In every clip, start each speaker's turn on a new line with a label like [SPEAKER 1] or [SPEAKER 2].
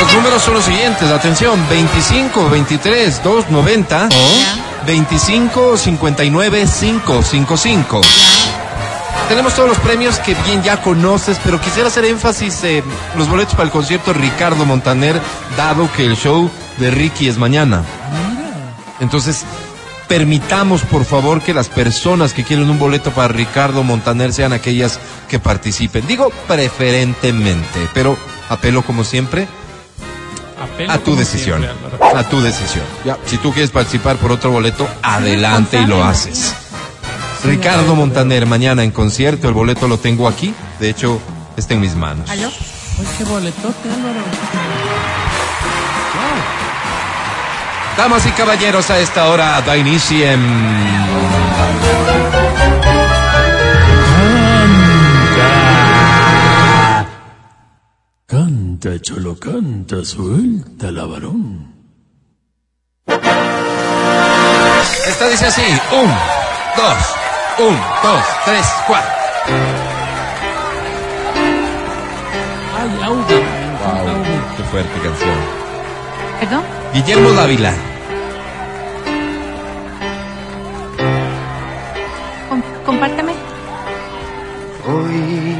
[SPEAKER 1] los números son los siguientes, atención, 25, 23, 2, 90, 25, 59, 5, 55. Tenemos todos los premios que bien ya conoces, pero quisiera hacer énfasis en los boletos para el concierto Ricardo Montaner, dado que el show de Ricky es mañana. Entonces, permitamos por favor que las personas que quieren un boleto para Ricardo Montaner sean aquellas que participen. Digo preferentemente, pero apelo como siempre
[SPEAKER 2] Apelo
[SPEAKER 1] a tu
[SPEAKER 2] como
[SPEAKER 1] decisión.
[SPEAKER 2] siempre, Álvaro.
[SPEAKER 1] a tu decisión. Ya, si tú quieres participar por otro boleto, adelante y lo haces. Ricardo Montaner, mañana en concierto, el boleto lo tengo aquí, de hecho, está en mis manos.
[SPEAKER 3] ¿Aló?
[SPEAKER 2] Uy, Pues qué boletote, Álvaro.
[SPEAKER 1] Damas y caballeros, a esta hora da inicio en...
[SPEAKER 4] Canta, cholo, canta, suelta la varón.
[SPEAKER 1] Esta dice así: un, dos, un, dos, tres, cuatro.
[SPEAKER 2] Ay, auga.
[SPEAKER 1] Qué fuerte canción.
[SPEAKER 3] ¿Perdón?
[SPEAKER 1] Guillermo Dávila.
[SPEAKER 3] Com- compártame.
[SPEAKER 5] Hoy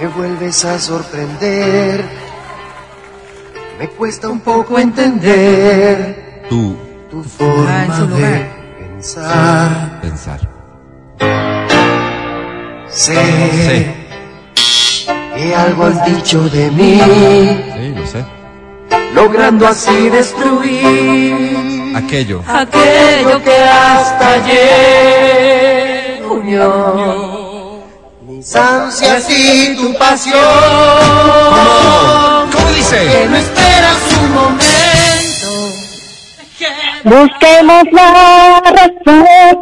[SPEAKER 5] me vuelves a sorprender. Me cuesta un poco entender
[SPEAKER 1] Tú
[SPEAKER 5] tu forma
[SPEAKER 3] en su
[SPEAKER 5] de pensar.
[SPEAKER 1] pensar. Ah, Sí,
[SPEAKER 5] Sé que algo has dicho de mí,
[SPEAKER 1] sí, lo sé.
[SPEAKER 5] logrando así destruir
[SPEAKER 1] Aquello.
[SPEAKER 5] aquello que hasta ayer unió. Mis ansias y tu pasión.
[SPEAKER 1] ¿Cómo dice?
[SPEAKER 5] no esperas un momento.
[SPEAKER 6] Busquemos la razón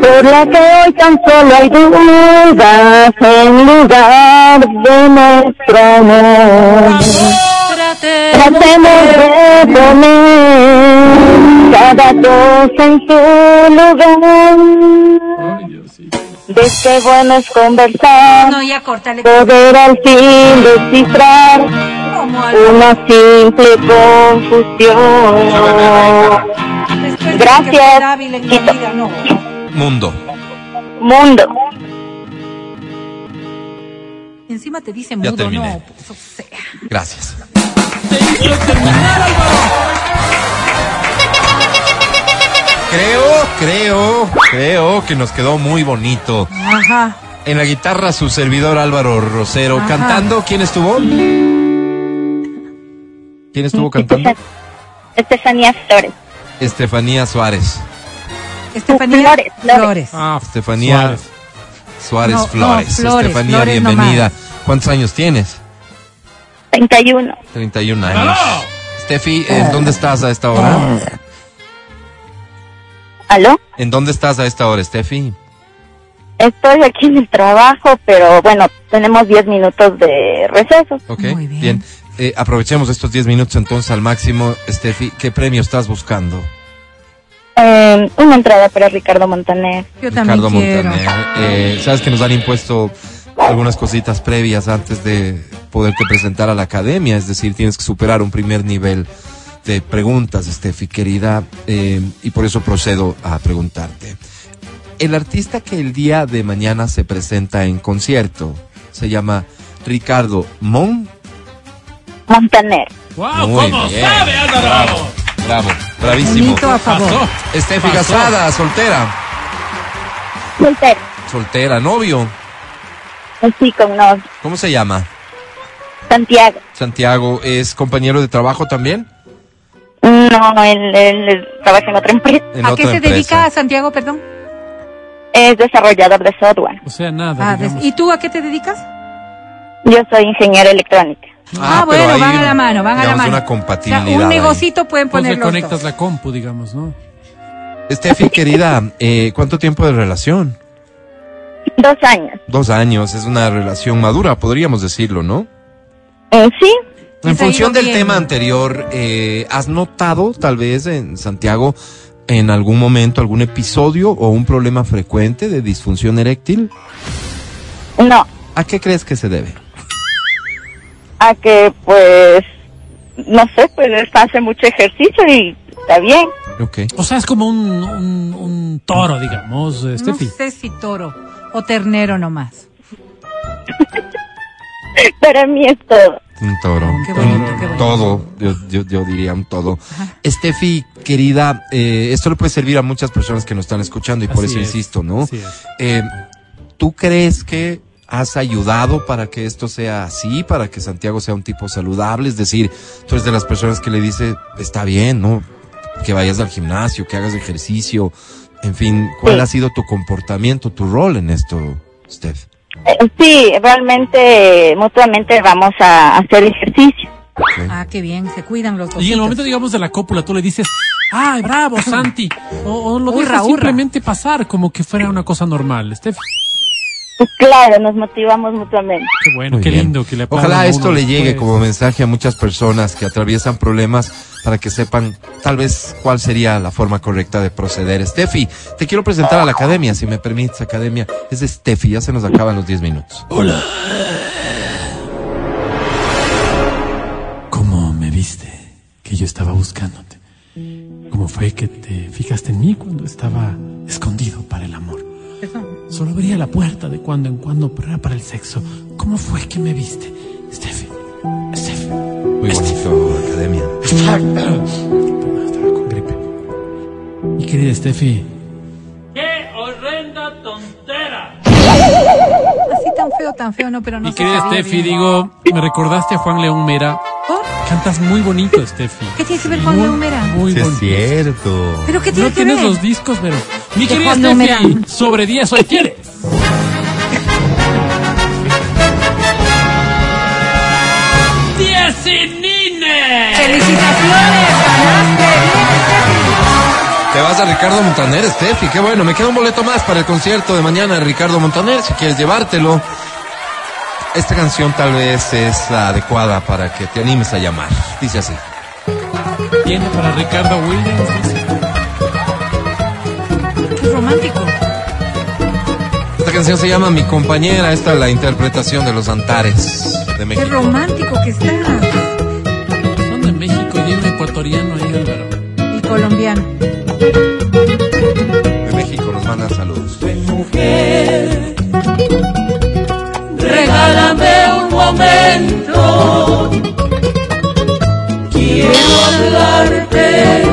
[SPEAKER 6] por la que hoy tan solo hay dudas en lugar de nuestro amor. Tratemos de poner cada cosa en su lugar. De qué bueno es conversar,
[SPEAKER 3] No, ya córtale.
[SPEAKER 6] poder al fin descifrar
[SPEAKER 3] Como algo.
[SPEAKER 6] una simple confusión.
[SPEAKER 3] Después de que
[SPEAKER 6] Gracias.
[SPEAKER 3] fue hábil en mi
[SPEAKER 6] Quito.
[SPEAKER 3] vida, no.
[SPEAKER 1] Mundo.
[SPEAKER 6] Mundo.
[SPEAKER 3] Y encima te dicen
[SPEAKER 1] Ya
[SPEAKER 3] mudo,
[SPEAKER 1] terminé.
[SPEAKER 3] no. pues, o sea.
[SPEAKER 1] Gracias.
[SPEAKER 2] Te hizo terminar, Álvaro.
[SPEAKER 1] Creo, creo, creo que nos quedó muy bonito.
[SPEAKER 3] Ajá.
[SPEAKER 1] En la guitarra, su servidor Álvaro Rosero.
[SPEAKER 3] Ajá.
[SPEAKER 1] Cantando, ¿quién estuvo? ¿Quién estuvo
[SPEAKER 6] Este
[SPEAKER 1] cantando?
[SPEAKER 6] Estefanía este Flores.
[SPEAKER 1] Estefanía Suárez.
[SPEAKER 3] Estefanía
[SPEAKER 6] Flores, Flores.
[SPEAKER 2] Ah,
[SPEAKER 1] Estefanía Suárez,
[SPEAKER 2] Suárez.
[SPEAKER 3] No, no,
[SPEAKER 1] Flores.
[SPEAKER 3] Flores,
[SPEAKER 1] Estefanía,
[SPEAKER 3] Flores
[SPEAKER 1] bienvenida.
[SPEAKER 3] nomás.
[SPEAKER 1] ¿Cuántos años tienes?
[SPEAKER 6] 31.
[SPEAKER 1] 31 años. Steffi, ¿en dónde estás a esta hora?
[SPEAKER 6] ¿Aló?
[SPEAKER 1] ¿En dónde estás a esta hora, Steffi?
[SPEAKER 6] Estoy aquí en el trabajo, pero bueno, tenemos 10 minutos de receso.
[SPEAKER 1] Ok,
[SPEAKER 3] Muy bien.
[SPEAKER 1] Eh, aprovechemos estos 10 minutos entonces al máximo. Steffi, ¿qué premio estás buscando?
[SPEAKER 6] Eh, una entrada para Ricardo Montaner.
[SPEAKER 3] Yo también
[SPEAKER 1] Ricardo
[SPEAKER 3] quiero.
[SPEAKER 1] Montaner. Eh, Sabes que nos han impuesto algunas cositas previas antes de poderte presentar a la academia, es decir, tienes que superar un primer nivel de preguntas, Steffi, querida, eh, y por eso procedo a preguntarte. El artista que el día de mañana se presenta en concierto se llama Ricardo Mon.
[SPEAKER 6] Montaner.
[SPEAKER 2] Wow,
[SPEAKER 1] Muy
[SPEAKER 2] ¿cómo
[SPEAKER 1] bien. Oh.
[SPEAKER 2] sabe, Álvaro? Oh.
[SPEAKER 1] Bravo, bravísimo.
[SPEAKER 3] Bonito a favor.
[SPEAKER 2] Pasó.
[SPEAKER 1] Steffi
[SPEAKER 2] Pasó.
[SPEAKER 1] casada, soltera,
[SPEAKER 6] Soltero.
[SPEAKER 1] soltera, novio.
[SPEAKER 6] Así con no.
[SPEAKER 1] ¿Cómo se llama?
[SPEAKER 6] Santiago.
[SPEAKER 1] Santiago es compañero de trabajo también.
[SPEAKER 6] No, él, él, él trabaja en otra empresa.
[SPEAKER 1] en
[SPEAKER 3] ¿A
[SPEAKER 1] otra
[SPEAKER 3] qué se
[SPEAKER 1] empresa.
[SPEAKER 3] dedica Santiago, perdón?
[SPEAKER 6] Es desarrollador de software.
[SPEAKER 2] O sea, nada.
[SPEAKER 3] Ah, des-
[SPEAKER 2] digamos.
[SPEAKER 3] ¿Y tú a qué te dedicas?
[SPEAKER 6] Yo soy ingeniero electrónica.
[SPEAKER 3] Ah,
[SPEAKER 1] pero
[SPEAKER 3] bueno,
[SPEAKER 1] ahí,
[SPEAKER 3] van a la mano, van a la
[SPEAKER 1] digamos,
[SPEAKER 3] mano.
[SPEAKER 1] una compatibilidad.
[SPEAKER 3] O sea, un
[SPEAKER 1] ahí.
[SPEAKER 3] negocito pueden
[SPEAKER 2] Vos le
[SPEAKER 3] poner los
[SPEAKER 2] conectas
[SPEAKER 3] dos.
[SPEAKER 2] la compu, digamos, ¿no?
[SPEAKER 1] Steffi, querida, eh, ¿cuánto tiempo de relación?
[SPEAKER 6] Dos años.
[SPEAKER 1] Dos años, es una relación madura, podríamos decirlo, ¿no?
[SPEAKER 6] Eh, sí,
[SPEAKER 1] en
[SPEAKER 3] Pues ahí
[SPEAKER 1] función
[SPEAKER 3] lo
[SPEAKER 1] del
[SPEAKER 3] tiene.
[SPEAKER 1] tema anterior, eh, ¿has notado tal vez en Santiago en algún momento algún episodio o un problema frecuente de disfunción eréctil?
[SPEAKER 6] no.
[SPEAKER 1] ¿A qué crees que se debe?
[SPEAKER 6] a que pues, no sé, pues hace mucho ejercicio y está bien.
[SPEAKER 1] Ok.
[SPEAKER 2] O sea, es como un, un, un toro, digamos, eh,
[SPEAKER 3] No
[SPEAKER 2] Steffi.
[SPEAKER 3] sé si toro o ternero nomás.
[SPEAKER 6] Para mí es todo.
[SPEAKER 1] Un toro.
[SPEAKER 3] Qué
[SPEAKER 1] un
[SPEAKER 3] bonito, qué bonito.
[SPEAKER 1] Todo, yo, yo- yo diría un todo. Steffi, querida, eh, esto le puede servir a muchas personas que nos están escuchando y por
[SPEAKER 2] Así
[SPEAKER 1] eso
[SPEAKER 2] es,
[SPEAKER 1] insisto, ¿no?
[SPEAKER 2] así es.
[SPEAKER 1] Eh, ¿Tú crees que has ayudado para que esto sea así, para que Santiago sea un tipo saludable? Es decir, tú eres de las personas que le dice, está bien, ¿no? Que vayas al gimnasio, que hagas ejercicio, en fin, ¿cuál
[SPEAKER 6] Sí.
[SPEAKER 1] ha sido tu comportamiento, tu rol en esto, Steph?
[SPEAKER 6] Eh, Sí, realmente eh, mutuamente vamos a hacer ejercicio.
[SPEAKER 3] Ah, qué bien, se cuidan los dos.
[SPEAKER 2] Y en el momento, digamos, de la cópula, tú le dices, ¡ay, bravo, Santi! O, o lo
[SPEAKER 3] Hurra,
[SPEAKER 2] dejas
[SPEAKER 3] hurra.
[SPEAKER 2] simplemente pasar, como que fuera una cosa normal, Este, Steffi.
[SPEAKER 6] Pues claro, nos motivamos mutuamente.
[SPEAKER 2] Qué bueno,
[SPEAKER 1] Muy
[SPEAKER 2] qué
[SPEAKER 1] bien.
[SPEAKER 2] lindo que le aplaudan a
[SPEAKER 1] Ojalá
[SPEAKER 2] uno
[SPEAKER 1] esto le llegue
[SPEAKER 2] después.
[SPEAKER 1] como mensaje a muchas personas que atraviesan problemas para que sepan tal vez cuál sería la forma correcta de proceder. Steffi, te quiero presentar a la academia, si me permites, academia. Es de Steffi, ya se nos acaban los 10 minutos.
[SPEAKER 4] Hola. ¿Cómo me viste? Que yo estaba buscándote. ¿Cómo fue que te fijaste en mí cuando estaba escondido para el amor? Solo abría la puerta de cuando en cuando para, para el sexo. ¿Cómo fue que me viste? Steffi. Steffi.
[SPEAKER 1] Muy bonito, academia.
[SPEAKER 4] Perdón, estaba con gripe. Mi querida Steffi,
[SPEAKER 3] Así tan feo, tan feo, no, pero no
[SPEAKER 2] Mi
[SPEAKER 3] se
[SPEAKER 2] querida
[SPEAKER 3] sabía
[SPEAKER 2] Steffi,
[SPEAKER 3] bien.
[SPEAKER 2] digo, me recordaste a Juan León Mera.
[SPEAKER 3] ¿Por?
[SPEAKER 2] Cantas muy bonito, Steffi.
[SPEAKER 3] ¿Qué tiene que ver Juan
[SPEAKER 2] Muy,
[SPEAKER 3] León Mera?
[SPEAKER 2] Muy bonito.
[SPEAKER 1] cierto.
[SPEAKER 3] ¿Pero qué tiene
[SPEAKER 2] No
[SPEAKER 3] que ver?
[SPEAKER 2] tienes los discos, pero. Mi
[SPEAKER 3] De
[SPEAKER 2] querida
[SPEAKER 3] Juan León
[SPEAKER 2] Steffi,
[SPEAKER 3] Mera.
[SPEAKER 2] sobre 10 hoy tienes.
[SPEAKER 3] ¡Felicitaciones! ¡Ganaste!
[SPEAKER 1] Te vas a Ricardo Montaner, Steffi, qué bueno. Me queda un boleto más para el concierto de mañana de Ricardo Montaner, si quieres llevártelo. Esta canción tal vez es la adecuada para que te animes a llamar. Dice así.
[SPEAKER 2] Tiene para Ricardo Williams. dice.
[SPEAKER 3] ¡Qué bien! ¡Qué romántico!
[SPEAKER 1] Esta canción se llama Mi compañera, esta es la interpretación de los Antares de
[SPEAKER 3] ¡Qué
[SPEAKER 1] México.
[SPEAKER 3] romántico que está!
[SPEAKER 2] Son de México y hay un ecuatoriano ahí, Álvaro.
[SPEAKER 3] Y colombiano.
[SPEAKER 1] De México nos mandan saludos.
[SPEAKER 2] Regálame un momento. Quiero hablarte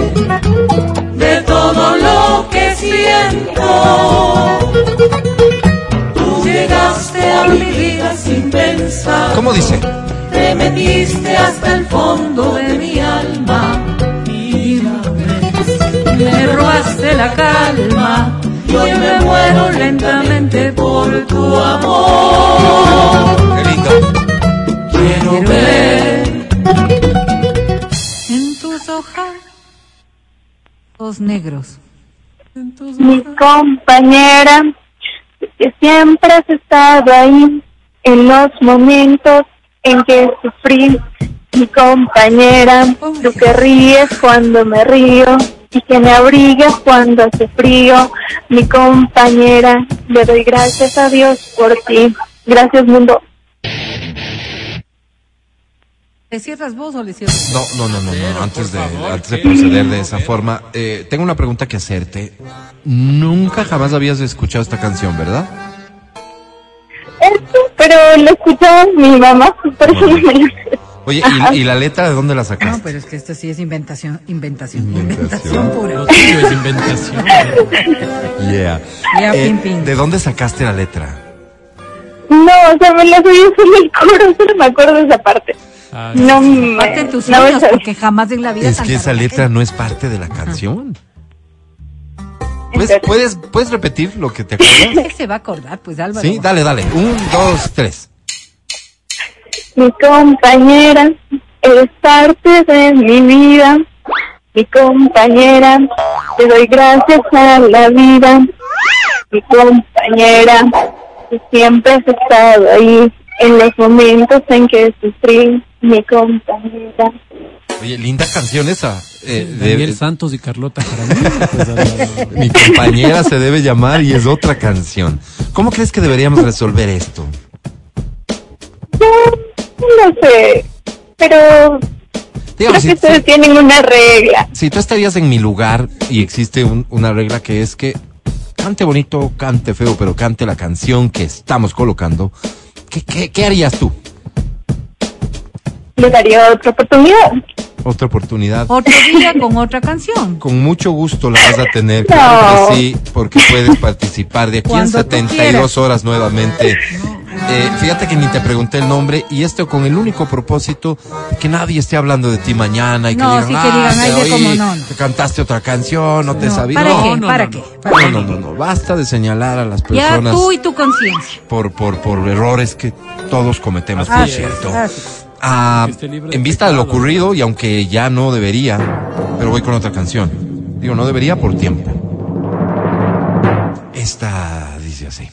[SPEAKER 2] de todo lo que siento. Tú llegaste a mi vida sin pensar.
[SPEAKER 1] ¿Cómo dice?
[SPEAKER 2] Te metiste hasta el fondo de mi alma. Me robaste la calma. Y hoy me muero lentamente por tu amor.
[SPEAKER 1] Qué lindo.
[SPEAKER 2] Quiero ver
[SPEAKER 3] En tus hojas, los negros.
[SPEAKER 6] Mi compañera, que siempre has estado ahí en los momentos en que sufrí. Mi compañera, tú que ríes cuando me río y que me abrigas cuando hace frío. Mi compañera, le doy gracias a Dios por ti. Gracias mundo.
[SPEAKER 3] ¿Le cierras vos o le cierras?
[SPEAKER 1] No, no, no, no, no, Antes de, antes de proceder de esa forma, eh, tengo una pregunta que hacerte. Nunca jamás habías escuchado esta canción, ¿verdad?
[SPEAKER 6] Esto, pero lo escuchaba mi mamá, por eso no me lo sé.
[SPEAKER 1] Oye, ¿y, y la letra de dónde la
[SPEAKER 3] No,
[SPEAKER 1] sacaste?
[SPEAKER 3] pero es que esto sí es inventación, inventación,
[SPEAKER 1] Inventación.
[SPEAKER 3] inventación pura.
[SPEAKER 2] tuyo es inventación.
[SPEAKER 1] Yeah.
[SPEAKER 3] Ya,
[SPEAKER 1] Eh,
[SPEAKER 3] pim, pim.
[SPEAKER 1] ¿De dónde sacaste la letra?
[SPEAKER 6] No, o sea, me la subí solo el coro, solo me acuerdo de esa parte. No me.
[SPEAKER 3] Parte en tus
[SPEAKER 6] no me
[SPEAKER 3] sueños,
[SPEAKER 6] sabía.
[SPEAKER 3] porque jamás en la vida
[SPEAKER 1] Es que
[SPEAKER 3] cantaron
[SPEAKER 1] esa
[SPEAKER 3] aquello.
[SPEAKER 1] letra no es parte de la canción. ¿Puedes,
[SPEAKER 6] Entonces-
[SPEAKER 1] puedes, puedes repetir lo que te acuerdas?
[SPEAKER 3] Él se va a acordar, pues Álvaro.
[SPEAKER 1] Sí, dale, dale. Un, dos, tres.
[SPEAKER 6] Mi compañera es parte de mi vida. Mi compañera, te doy gracias a la vida. Mi compañera, que siempre has estado ahí en los momentos en que sufrí. Mi compañera.
[SPEAKER 1] Oye, linda canción esa. Eh,
[SPEAKER 2] Daniel
[SPEAKER 1] de-
[SPEAKER 2] Santos y Carlota Jaramillo. pues, Álvaro.
[SPEAKER 1] mi compañera se debe llamar y es otra canción. ¿Cómo crees que deberíamos resolver esto?
[SPEAKER 6] Yo, no sé, pero
[SPEAKER 1] Digamos,
[SPEAKER 6] creo
[SPEAKER 1] si-
[SPEAKER 6] que ustedes
[SPEAKER 1] si-
[SPEAKER 6] tienen una regla.
[SPEAKER 1] si tú estarías en mi lugar y existe un- una regla que es que cante bonito, cante feo, pero cante la canción que estamos colocando, ¿qué, qué, qué harías tú?
[SPEAKER 6] Le daría otra oportunidad.
[SPEAKER 1] Otra oportunidad.
[SPEAKER 3] Otro día con otra canción.
[SPEAKER 1] Con mucho gusto la vas a tener, claro que sí, porque puedes participar de aquí
[SPEAKER 3] Cuando
[SPEAKER 1] en
[SPEAKER 3] tú quieras.
[SPEAKER 1] 72 horas nuevamente. Eh, fíjate que ni te pregunté el nombre y esto con el único propósito de que nadie esté hablando de ti mañana y que
[SPEAKER 3] No,
[SPEAKER 1] digan,
[SPEAKER 3] sí que
[SPEAKER 1] "Ah,
[SPEAKER 3] digan,
[SPEAKER 1] te
[SPEAKER 3] ay, de cómo
[SPEAKER 1] oí,
[SPEAKER 3] no, no".
[SPEAKER 1] te cantaste otra canción, no te
[SPEAKER 3] No,
[SPEAKER 1] sabía.
[SPEAKER 3] ¿Para
[SPEAKER 1] No,
[SPEAKER 3] qué?
[SPEAKER 1] no,
[SPEAKER 3] ¿Para
[SPEAKER 1] no,
[SPEAKER 3] qué?
[SPEAKER 1] no.
[SPEAKER 3] ¿Para qué?
[SPEAKER 1] No, no, no, no, basta de señalar a las
[SPEAKER 3] Ya
[SPEAKER 1] personas
[SPEAKER 3] tú y tu conciencia.
[SPEAKER 1] por, por, por errores que todos cometemos, por
[SPEAKER 3] Así es,
[SPEAKER 1] cierto.
[SPEAKER 3] así es.
[SPEAKER 1] Ah,
[SPEAKER 4] Que esté libre de
[SPEAKER 1] en vista de lo
[SPEAKER 4] pecado.
[SPEAKER 1] ocurrido, y aunque ya no debería, pero voy con otra canción. Digo, no debería por tiempo. Esta dice así.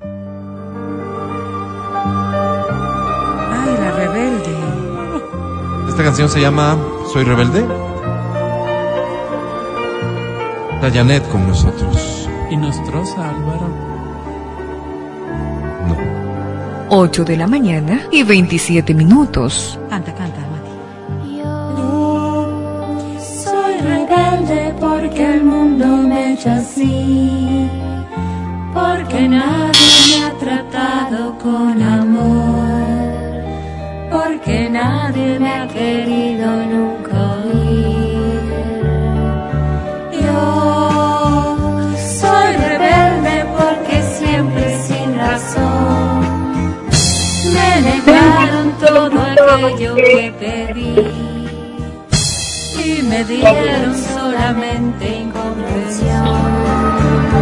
[SPEAKER 3] Ay, la rebelde.
[SPEAKER 1] Esta canción se llama Soy Rebelde. Está Janet con nosotros.
[SPEAKER 4] Y nos troza, Álvaro.
[SPEAKER 1] No.
[SPEAKER 7] 8 de la mañana y 27 minutos.
[SPEAKER 3] Canta, canta, Mati.
[SPEAKER 2] Soy rebelde porque el mundo me echa así, porque nadie me ha tratado con amor, porque nadie me ha querido nunca oír. Yo soy rebelde porque siempre sin razón me negaron todo aquello que pedí y me dieron solamente incomprensión.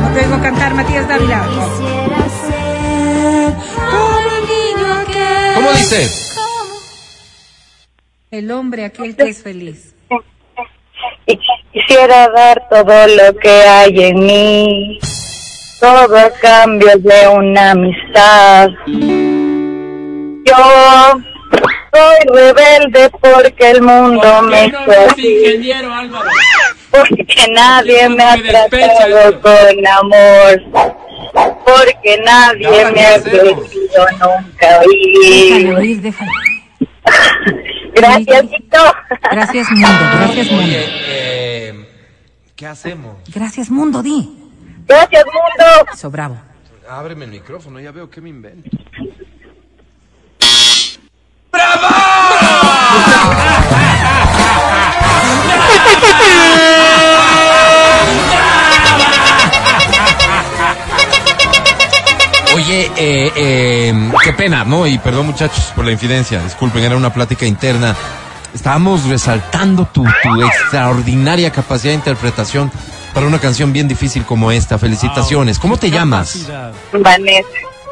[SPEAKER 3] No te digo cantar, Matías Dávila.
[SPEAKER 2] Quisiera ser como el niño aquel.
[SPEAKER 1] ¿Cómo dice?
[SPEAKER 2] Como-
[SPEAKER 3] El hombre aquel que es feliz.
[SPEAKER 6] Y quisiera dar todo lo que hay en mí, todo a cambio de una amistad. Yo soy rebelde porque el mundo me hizo así,
[SPEAKER 4] ingeniero, Álvaro?
[SPEAKER 6] porque nadie me ha
[SPEAKER 4] Me despecha,
[SPEAKER 6] tratado
[SPEAKER 4] yo.
[SPEAKER 6] con amor, porque
[SPEAKER 1] ¿Y ahora
[SPEAKER 6] nadie
[SPEAKER 1] qué
[SPEAKER 6] me ha
[SPEAKER 1] hacemos?
[SPEAKER 6] querido nunca
[SPEAKER 3] Déjalo
[SPEAKER 6] oír.
[SPEAKER 3] ir, déjalo.
[SPEAKER 6] Gracias, Tito.
[SPEAKER 3] Gracias, mundo. Gracias, mundo.
[SPEAKER 1] Eh, ¿Qué hacemos?
[SPEAKER 3] Gracias, mundo, di.
[SPEAKER 6] Gracias, mundo.
[SPEAKER 3] Eso, bravo.
[SPEAKER 1] Ábreme el micrófono, ya veo que me invento. Oye, eh, eh, qué pena, ¿no? Y perdón muchachos por la infidencia, disculpen, era una plática interna. Estábamos resaltando tu, tu extraordinaria capacidad de interpretación para una canción bien difícil como esta. Felicitaciones. ¿Cómo te llamas?
[SPEAKER 6] Vanessa,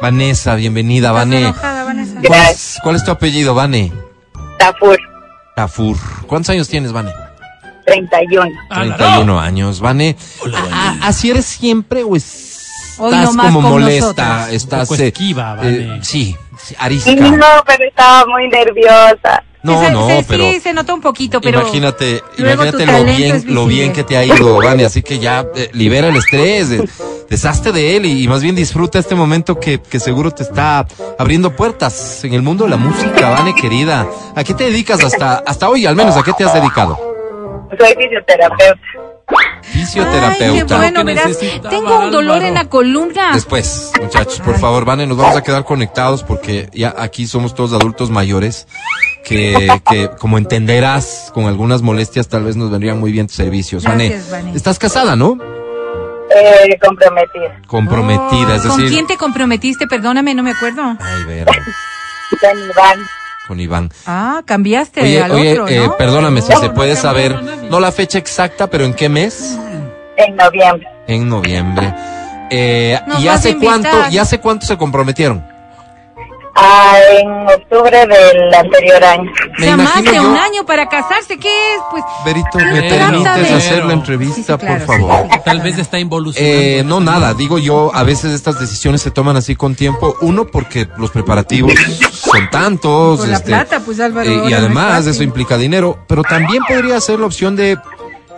[SPEAKER 1] Vanessa, bienvenida,
[SPEAKER 3] ¿Estás
[SPEAKER 1] Vané.
[SPEAKER 3] enojada, Vanessa?
[SPEAKER 1] ¿Cuál es, cuál es tu apellido, Vane?
[SPEAKER 6] Tafur,
[SPEAKER 1] Tafur. ¿Cuántos años tienes, Vane?
[SPEAKER 6] 31.
[SPEAKER 4] Álvaro.
[SPEAKER 1] 31 años, Vane. Ah, ah, ¿Así eres siempre o es-
[SPEAKER 3] Hoy
[SPEAKER 1] estás
[SPEAKER 3] nomás
[SPEAKER 1] como
[SPEAKER 3] con
[SPEAKER 1] molesta?
[SPEAKER 3] nosotros.
[SPEAKER 1] Estás eh,
[SPEAKER 4] Un poco esquiva, Vane.
[SPEAKER 1] sí, sí,
[SPEAKER 6] Y
[SPEAKER 1] arisca.
[SPEAKER 6] No, pero estaba muy nerviosa.
[SPEAKER 1] No,
[SPEAKER 3] Se-
[SPEAKER 1] no,
[SPEAKER 3] se-
[SPEAKER 1] pero
[SPEAKER 3] Sí, se nota un poquito, pero.
[SPEAKER 1] imagínate,
[SPEAKER 3] luego
[SPEAKER 1] imagínate
[SPEAKER 3] tu
[SPEAKER 1] lo
[SPEAKER 3] talento es
[SPEAKER 1] bien, lo
[SPEAKER 3] visible.
[SPEAKER 1] bien que te ha ido, Vane. Así que ya eh, libera el estrés, eh, deshazte de él y, y más bien disfruta este momento que, que seguro te está abriendo puertas en el mundo de la música, Vane querida. ¿A qué te dedicas hasta hasta hoy? Al menos, ¿a qué te has dedicado?
[SPEAKER 6] Soy fisioterapeuta.
[SPEAKER 3] Ay, qué
[SPEAKER 1] Fisioterapeuta.
[SPEAKER 3] bueno,
[SPEAKER 4] Lo que
[SPEAKER 3] verás.
[SPEAKER 4] necesitaba,
[SPEAKER 3] Tengo un dolor
[SPEAKER 4] Álvaro.
[SPEAKER 3] en la columna.
[SPEAKER 1] Después, muchachos, por favor, Vane, nos vamos a quedar conectados porque ya aquí somos todos adultos mayores que, que como entenderás, con algunas molestias tal vez nos vendrían muy bien tus servicios. Vane,
[SPEAKER 3] Gracias, Vane.
[SPEAKER 1] estás casada, ¿no?
[SPEAKER 6] Eh, comprometida.
[SPEAKER 1] Comprometida, es
[SPEAKER 3] ¿Con
[SPEAKER 1] decir...
[SPEAKER 3] quién te comprometiste? Perdóname, no me acuerdo.
[SPEAKER 1] Ay, ver,
[SPEAKER 6] Con Iván.
[SPEAKER 1] con Iván.
[SPEAKER 3] Ah, cambiaste
[SPEAKER 1] Oye,
[SPEAKER 3] al
[SPEAKER 1] oye,
[SPEAKER 3] otro,
[SPEAKER 1] eh,
[SPEAKER 3] ¿no?
[SPEAKER 1] perdóname si
[SPEAKER 6] No,
[SPEAKER 1] se
[SPEAKER 4] no
[SPEAKER 1] puede
[SPEAKER 4] te
[SPEAKER 1] saber,
[SPEAKER 4] amarra nadie.
[SPEAKER 1] no la fecha exacta, pero ¿en qué mes?
[SPEAKER 6] En noviembre.
[SPEAKER 1] En noviembre. Eh,
[SPEAKER 3] Nos
[SPEAKER 1] ¿Y
[SPEAKER 3] vas a
[SPEAKER 1] hace cuánto,
[SPEAKER 3] invitar.
[SPEAKER 1] y hace cuánto se comprometieron?
[SPEAKER 6] Ah, en octubre del anterior año.
[SPEAKER 1] Me
[SPEAKER 3] O sea, más
[SPEAKER 1] imagino
[SPEAKER 3] de
[SPEAKER 1] yo-
[SPEAKER 3] un año para casarse, ¿qué es? Pues
[SPEAKER 1] Berito,
[SPEAKER 3] ¿me
[SPEAKER 1] ¿me
[SPEAKER 3] Trátame.
[SPEAKER 1] permites hacer
[SPEAKER 4] Sí, sí,
[SPEAKER 1] la entrevista,
[SPEAKER 3] claro,
[SPEAKER 1] por
[SPEAKER 3] sí,
[SPEAKER 1] favor?
[SPEAKER 3] sí.
[SPEAKER 4] Tal vez está involucionando.
[SPEAKER 1] Eh, no, nada, digo yo, a veces estas decisiones se toman así con tiempo. Uno, porque los preparativos son tantos.
[SPEAKER 3] Por la
[SPEAKER 1] este,
[SPEAKER 3] plata, pues, Álvaro,
[SPEAKER 1] eh,
[SPEAKER 3] ahora no
[SPEAKER 1] y
[SPEAKER 3] es
[SPEAKER 1] además
[SPEAKER 3] fácil.
[SPEAKER 1] eso implica dinero, pero también podría ser la opción de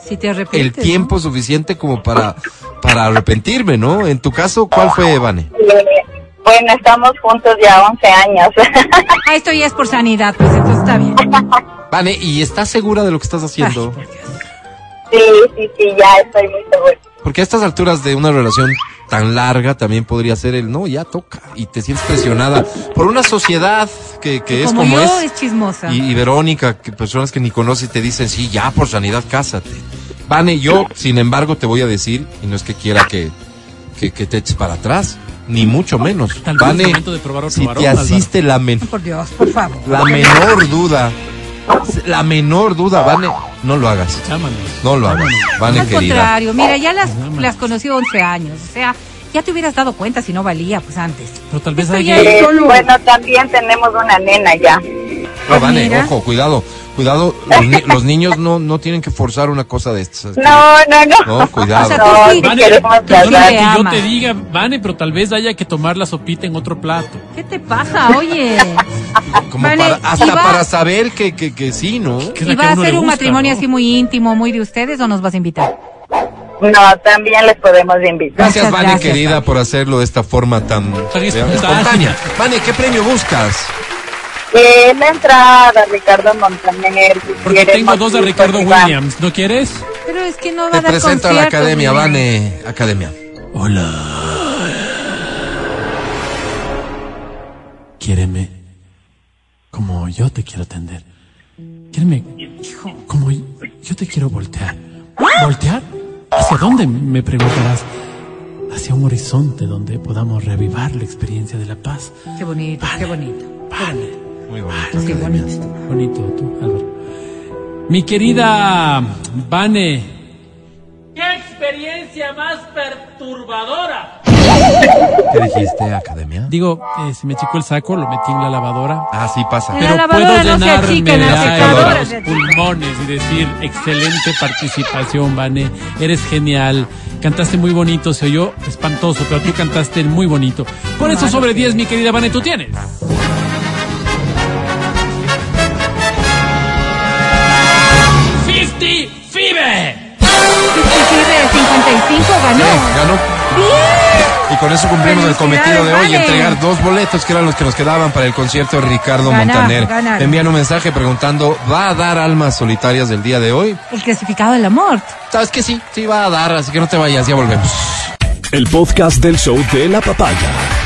[SPEAKER 3] si te
[SPEAKER 1] el
[SPEAKER 3] arrepientes.
[SPEAKER 1] tiempo suficiente como para, para arrepentirme, ¿no? En tu caso, ¿cuál fue, Vane?
[SPEAKER 6] Eh, Bueno, estamos juntos ya 11 años.
[SPEAKER 3] Ah, esto ya es por sanidad, pues entonces está bien.
[SPEAKER 1] Vane, ¿y estás segura de lo que estás haciendo?
[SPEAKER 3] Ay, por Dios.
[SPEAKER 6] sí, sí, sí, ya estoy muy segura.
[SPEAKER 1] Porque a estas alturas de una relación tan larga también podría ser el no, ya toca. Y te sientes presionada por una sociedad que, que es
[SPEAKER 3] como,
[SPEAKER 1] como
[SPEAKER 3] yo
[SPEAKER 1] es.
[SPEAKER 3] es, chismosa.
[SPEAKER 1] Y, y Verónica, que personas que ni conoces te dicen, sí, ya por sanidad, cásate. Vane, yo, sin embargo, te voy a decir, y no es que quiera que, que, que te eches para atrás, ni mucho menos.
[SPEAKER 4] Tal vez es
[SPEAKER 1] Vane,
[SPEAKER 4] momento de probar otro
[SPEAKER 1] si
[SPEAKER 4] varón,
[SPEAKER 1] te
[SPEAKER 4] Álvaro.
[SPEAKER 1] asiste la, men-
[SPEAKER 3] Por Dios, por favor.
[SPEAKER 1] la menor duda, la menor duda, Vane, no lo hagas.
[SPEAKER 4] Llámanos.
[SPEAKER 1] No lo hagas, Vane
[SPEAKER 3] Al
[SPEAKER 1] querida.
[SPEAKER 3] contrario, mira, ya las, las conocí 11 años. O sea, ya te hubieras dado cuenta si no valía, pues antes.
[SPEAKER 4] Pero tal vez
[SPEAKER 3] Esto
[SPEAKER 4] hay
[SPEAKER 3] ya
[SPEAKER 4] alguien
[SPEAKER 3] es-
[SPEAKER 6] Eh,
[SPEAKER 3] solo-
[SPEAKER 6] bueno, también tenemos una nena ya.
[SPEAKER 1] No, Vane,
[SPEAKER 3] Mira.
[SPEAKER 1] ojo, cuidado, cuidado, los, ni- los niños no, no tienen que forzar una cosa de estas.
[SPEAKER 6] No, no, no.
[SPEAKER 1] No, cuidado.
[SPEAKER 3] Oh, O sea,
[SPEAKER 6] No,
[SPEAKER 3] tú sí-
[SPEAKER 6] ni
[SPEAKER 4] Vane,
[SPEAKER 6] queremos
[SPEAKER 4] perdona
[SPEAKER 3] sí
[SPEAKER 6] casar.
[SPEAKER 3] le
[SPEAKER 4] que yo
[SPEAKER 3] ama.
[SPEAKER 4] te diga, Vane, pero tal vez haya que tomar la sopita en otro plato.
[SPEAKER 3] ¿Qué te pasa? Oye.
[SPEAKER 1] Como
[SPEAKER 3] Vane,
[SPEAKER 1] para, hasta
[SPEAKER 3] y va-
[SPEAKER 1] para saber que, que, que sí, ¿no?
[SPEAKER 4] Que es la que
[SPEAKER 3] ¿Y va
[SPEAKER 4] a
[SPEAKER 3] a
[SPEAKER 4] uno le
[SPEAKER 3] ser un
[SPEAKER 4] gusta,
[SPEAKER 3] matrimonio
[SPEAKER 4] ¿no?
[SPEAKER 3] así muy íntimo, muy de ustedes o nos vas a invitar?
[SPEAKER 6] No, también les podemos invitar.
[SPEAKER 1] Gracias,
[SPEAKER 3] Muchas
[SPEAKER 1] Vane,
[SPEAKER 3] gracias,
[SPEAKER 1] querida,
[SPEAKER 3] Vane.
[SPEAKER 1] por hacerlo de esta forma tan
[SPEAKER 4] Tan
[SPEAKER 1] eh,
[SPEAKER 4] espontánea.
[SPEAKER 1] espontánea. Vane, ¿qué premio buscas?
[SPEAKER 6] Eh, la entrada, Ricardo Montaner. si
[SPEAKER 4] Porque
[SPEAKER 6] quieres,
[SPEAKER 4] tengo dos de
[SPEAKER 6] Montijo,
[SPEAKER 4] Ricardo
[SPEAKER 6] Iván.
[SPEAKER 4] Williams. ¿No quieres?
[SPEAKER 3] Pero es que no va
[SPEAKER 1] Te
[SPEAKER 3] a dar
[SPEAKER 1] presento a la
[SPEAKER 3] conciertos,
[SPEAKER 1] academia,
[SPEAKER 3] mira.
[SPEAKER 1] Vane. Academia.
[SPEAKER 4] Hola. Quiéreme como yo te quiero atender. Quiéreme, hijo, como yo te quiero voltear. ¿Voltear? ¿Hacia dónde? Me preguntarás. Hacia un horizonte donde podamos reavivar la experiencia de la paz.
[SPEAKER 3] Qué bonito, qué bonito.
[SPEAKER 4] Vale.
[SPEAKER 1] Muy bonito.
[SPEAKER 3] Ah, Qué bonito.
[SPEAKER 4] Bonito tú, Álvaro. Mi querida Vane,
[SPEAKER 8] ¡Qué experiencia más perturbadora!
[SPEAKER 1] ¿Qué dijiste, academia?
[SPEAKER 4] digo, eh, se me achicó el saco, lo metí en la lavadora.
[SPEAKER 1] Ah, sí pasa.
[SPEAKER 3] Pero-
[SPEAKER 4] pero
[SPEAKER 3] la
[SPEAKER 4] puedo
[SPEAKER 3] lavadora no se
[SPEAKER 4] llenarme
[SPEAKER 3] achica,
[SPEAKER 4] de
[SPEAKER 3] en la
[SPEAKER 1] secadora
[SPEAKER 4] aire los
[SPEAKER 3] se achica.
[SPEAKER 4] pulmones y decir excelente participación Vane eres genial cantaste muy bonito se oyó espantoso pero tú cantaste muy bonito por eso sobre 10 mi querida Vane tú tienes ¡50 FIBE!
[SPEAKER 3] Inclusive 55 ganó.
[SPEAKER 1] Bien, Eh, ganó. Y con eso cumplimos el
[SPEAKER 3] Felicidades,
[SPEAKER 1] cometido de hoy,
[SPEAKER 3] Vane.
[SPEAKER 1] entregar dos boletos que eran los que nos quedaban para el concierto de Ricardo
[SPEAKER 3] Ganar,
[SPEAKER 1] Montaner.
[SPEAKER 3] ganar.
[SPEAKER 1] Envían un mensaje preguntando, ¿va a dar almas solitarias del día de hoy?
[SPEAKER 3] El clasificado del amor.
[SPEAKER 1] Sabes que sí, sí va a dar, así que no te vayas, ya volvemos.
[SPEAKER 9] El podcast del show de la papaya.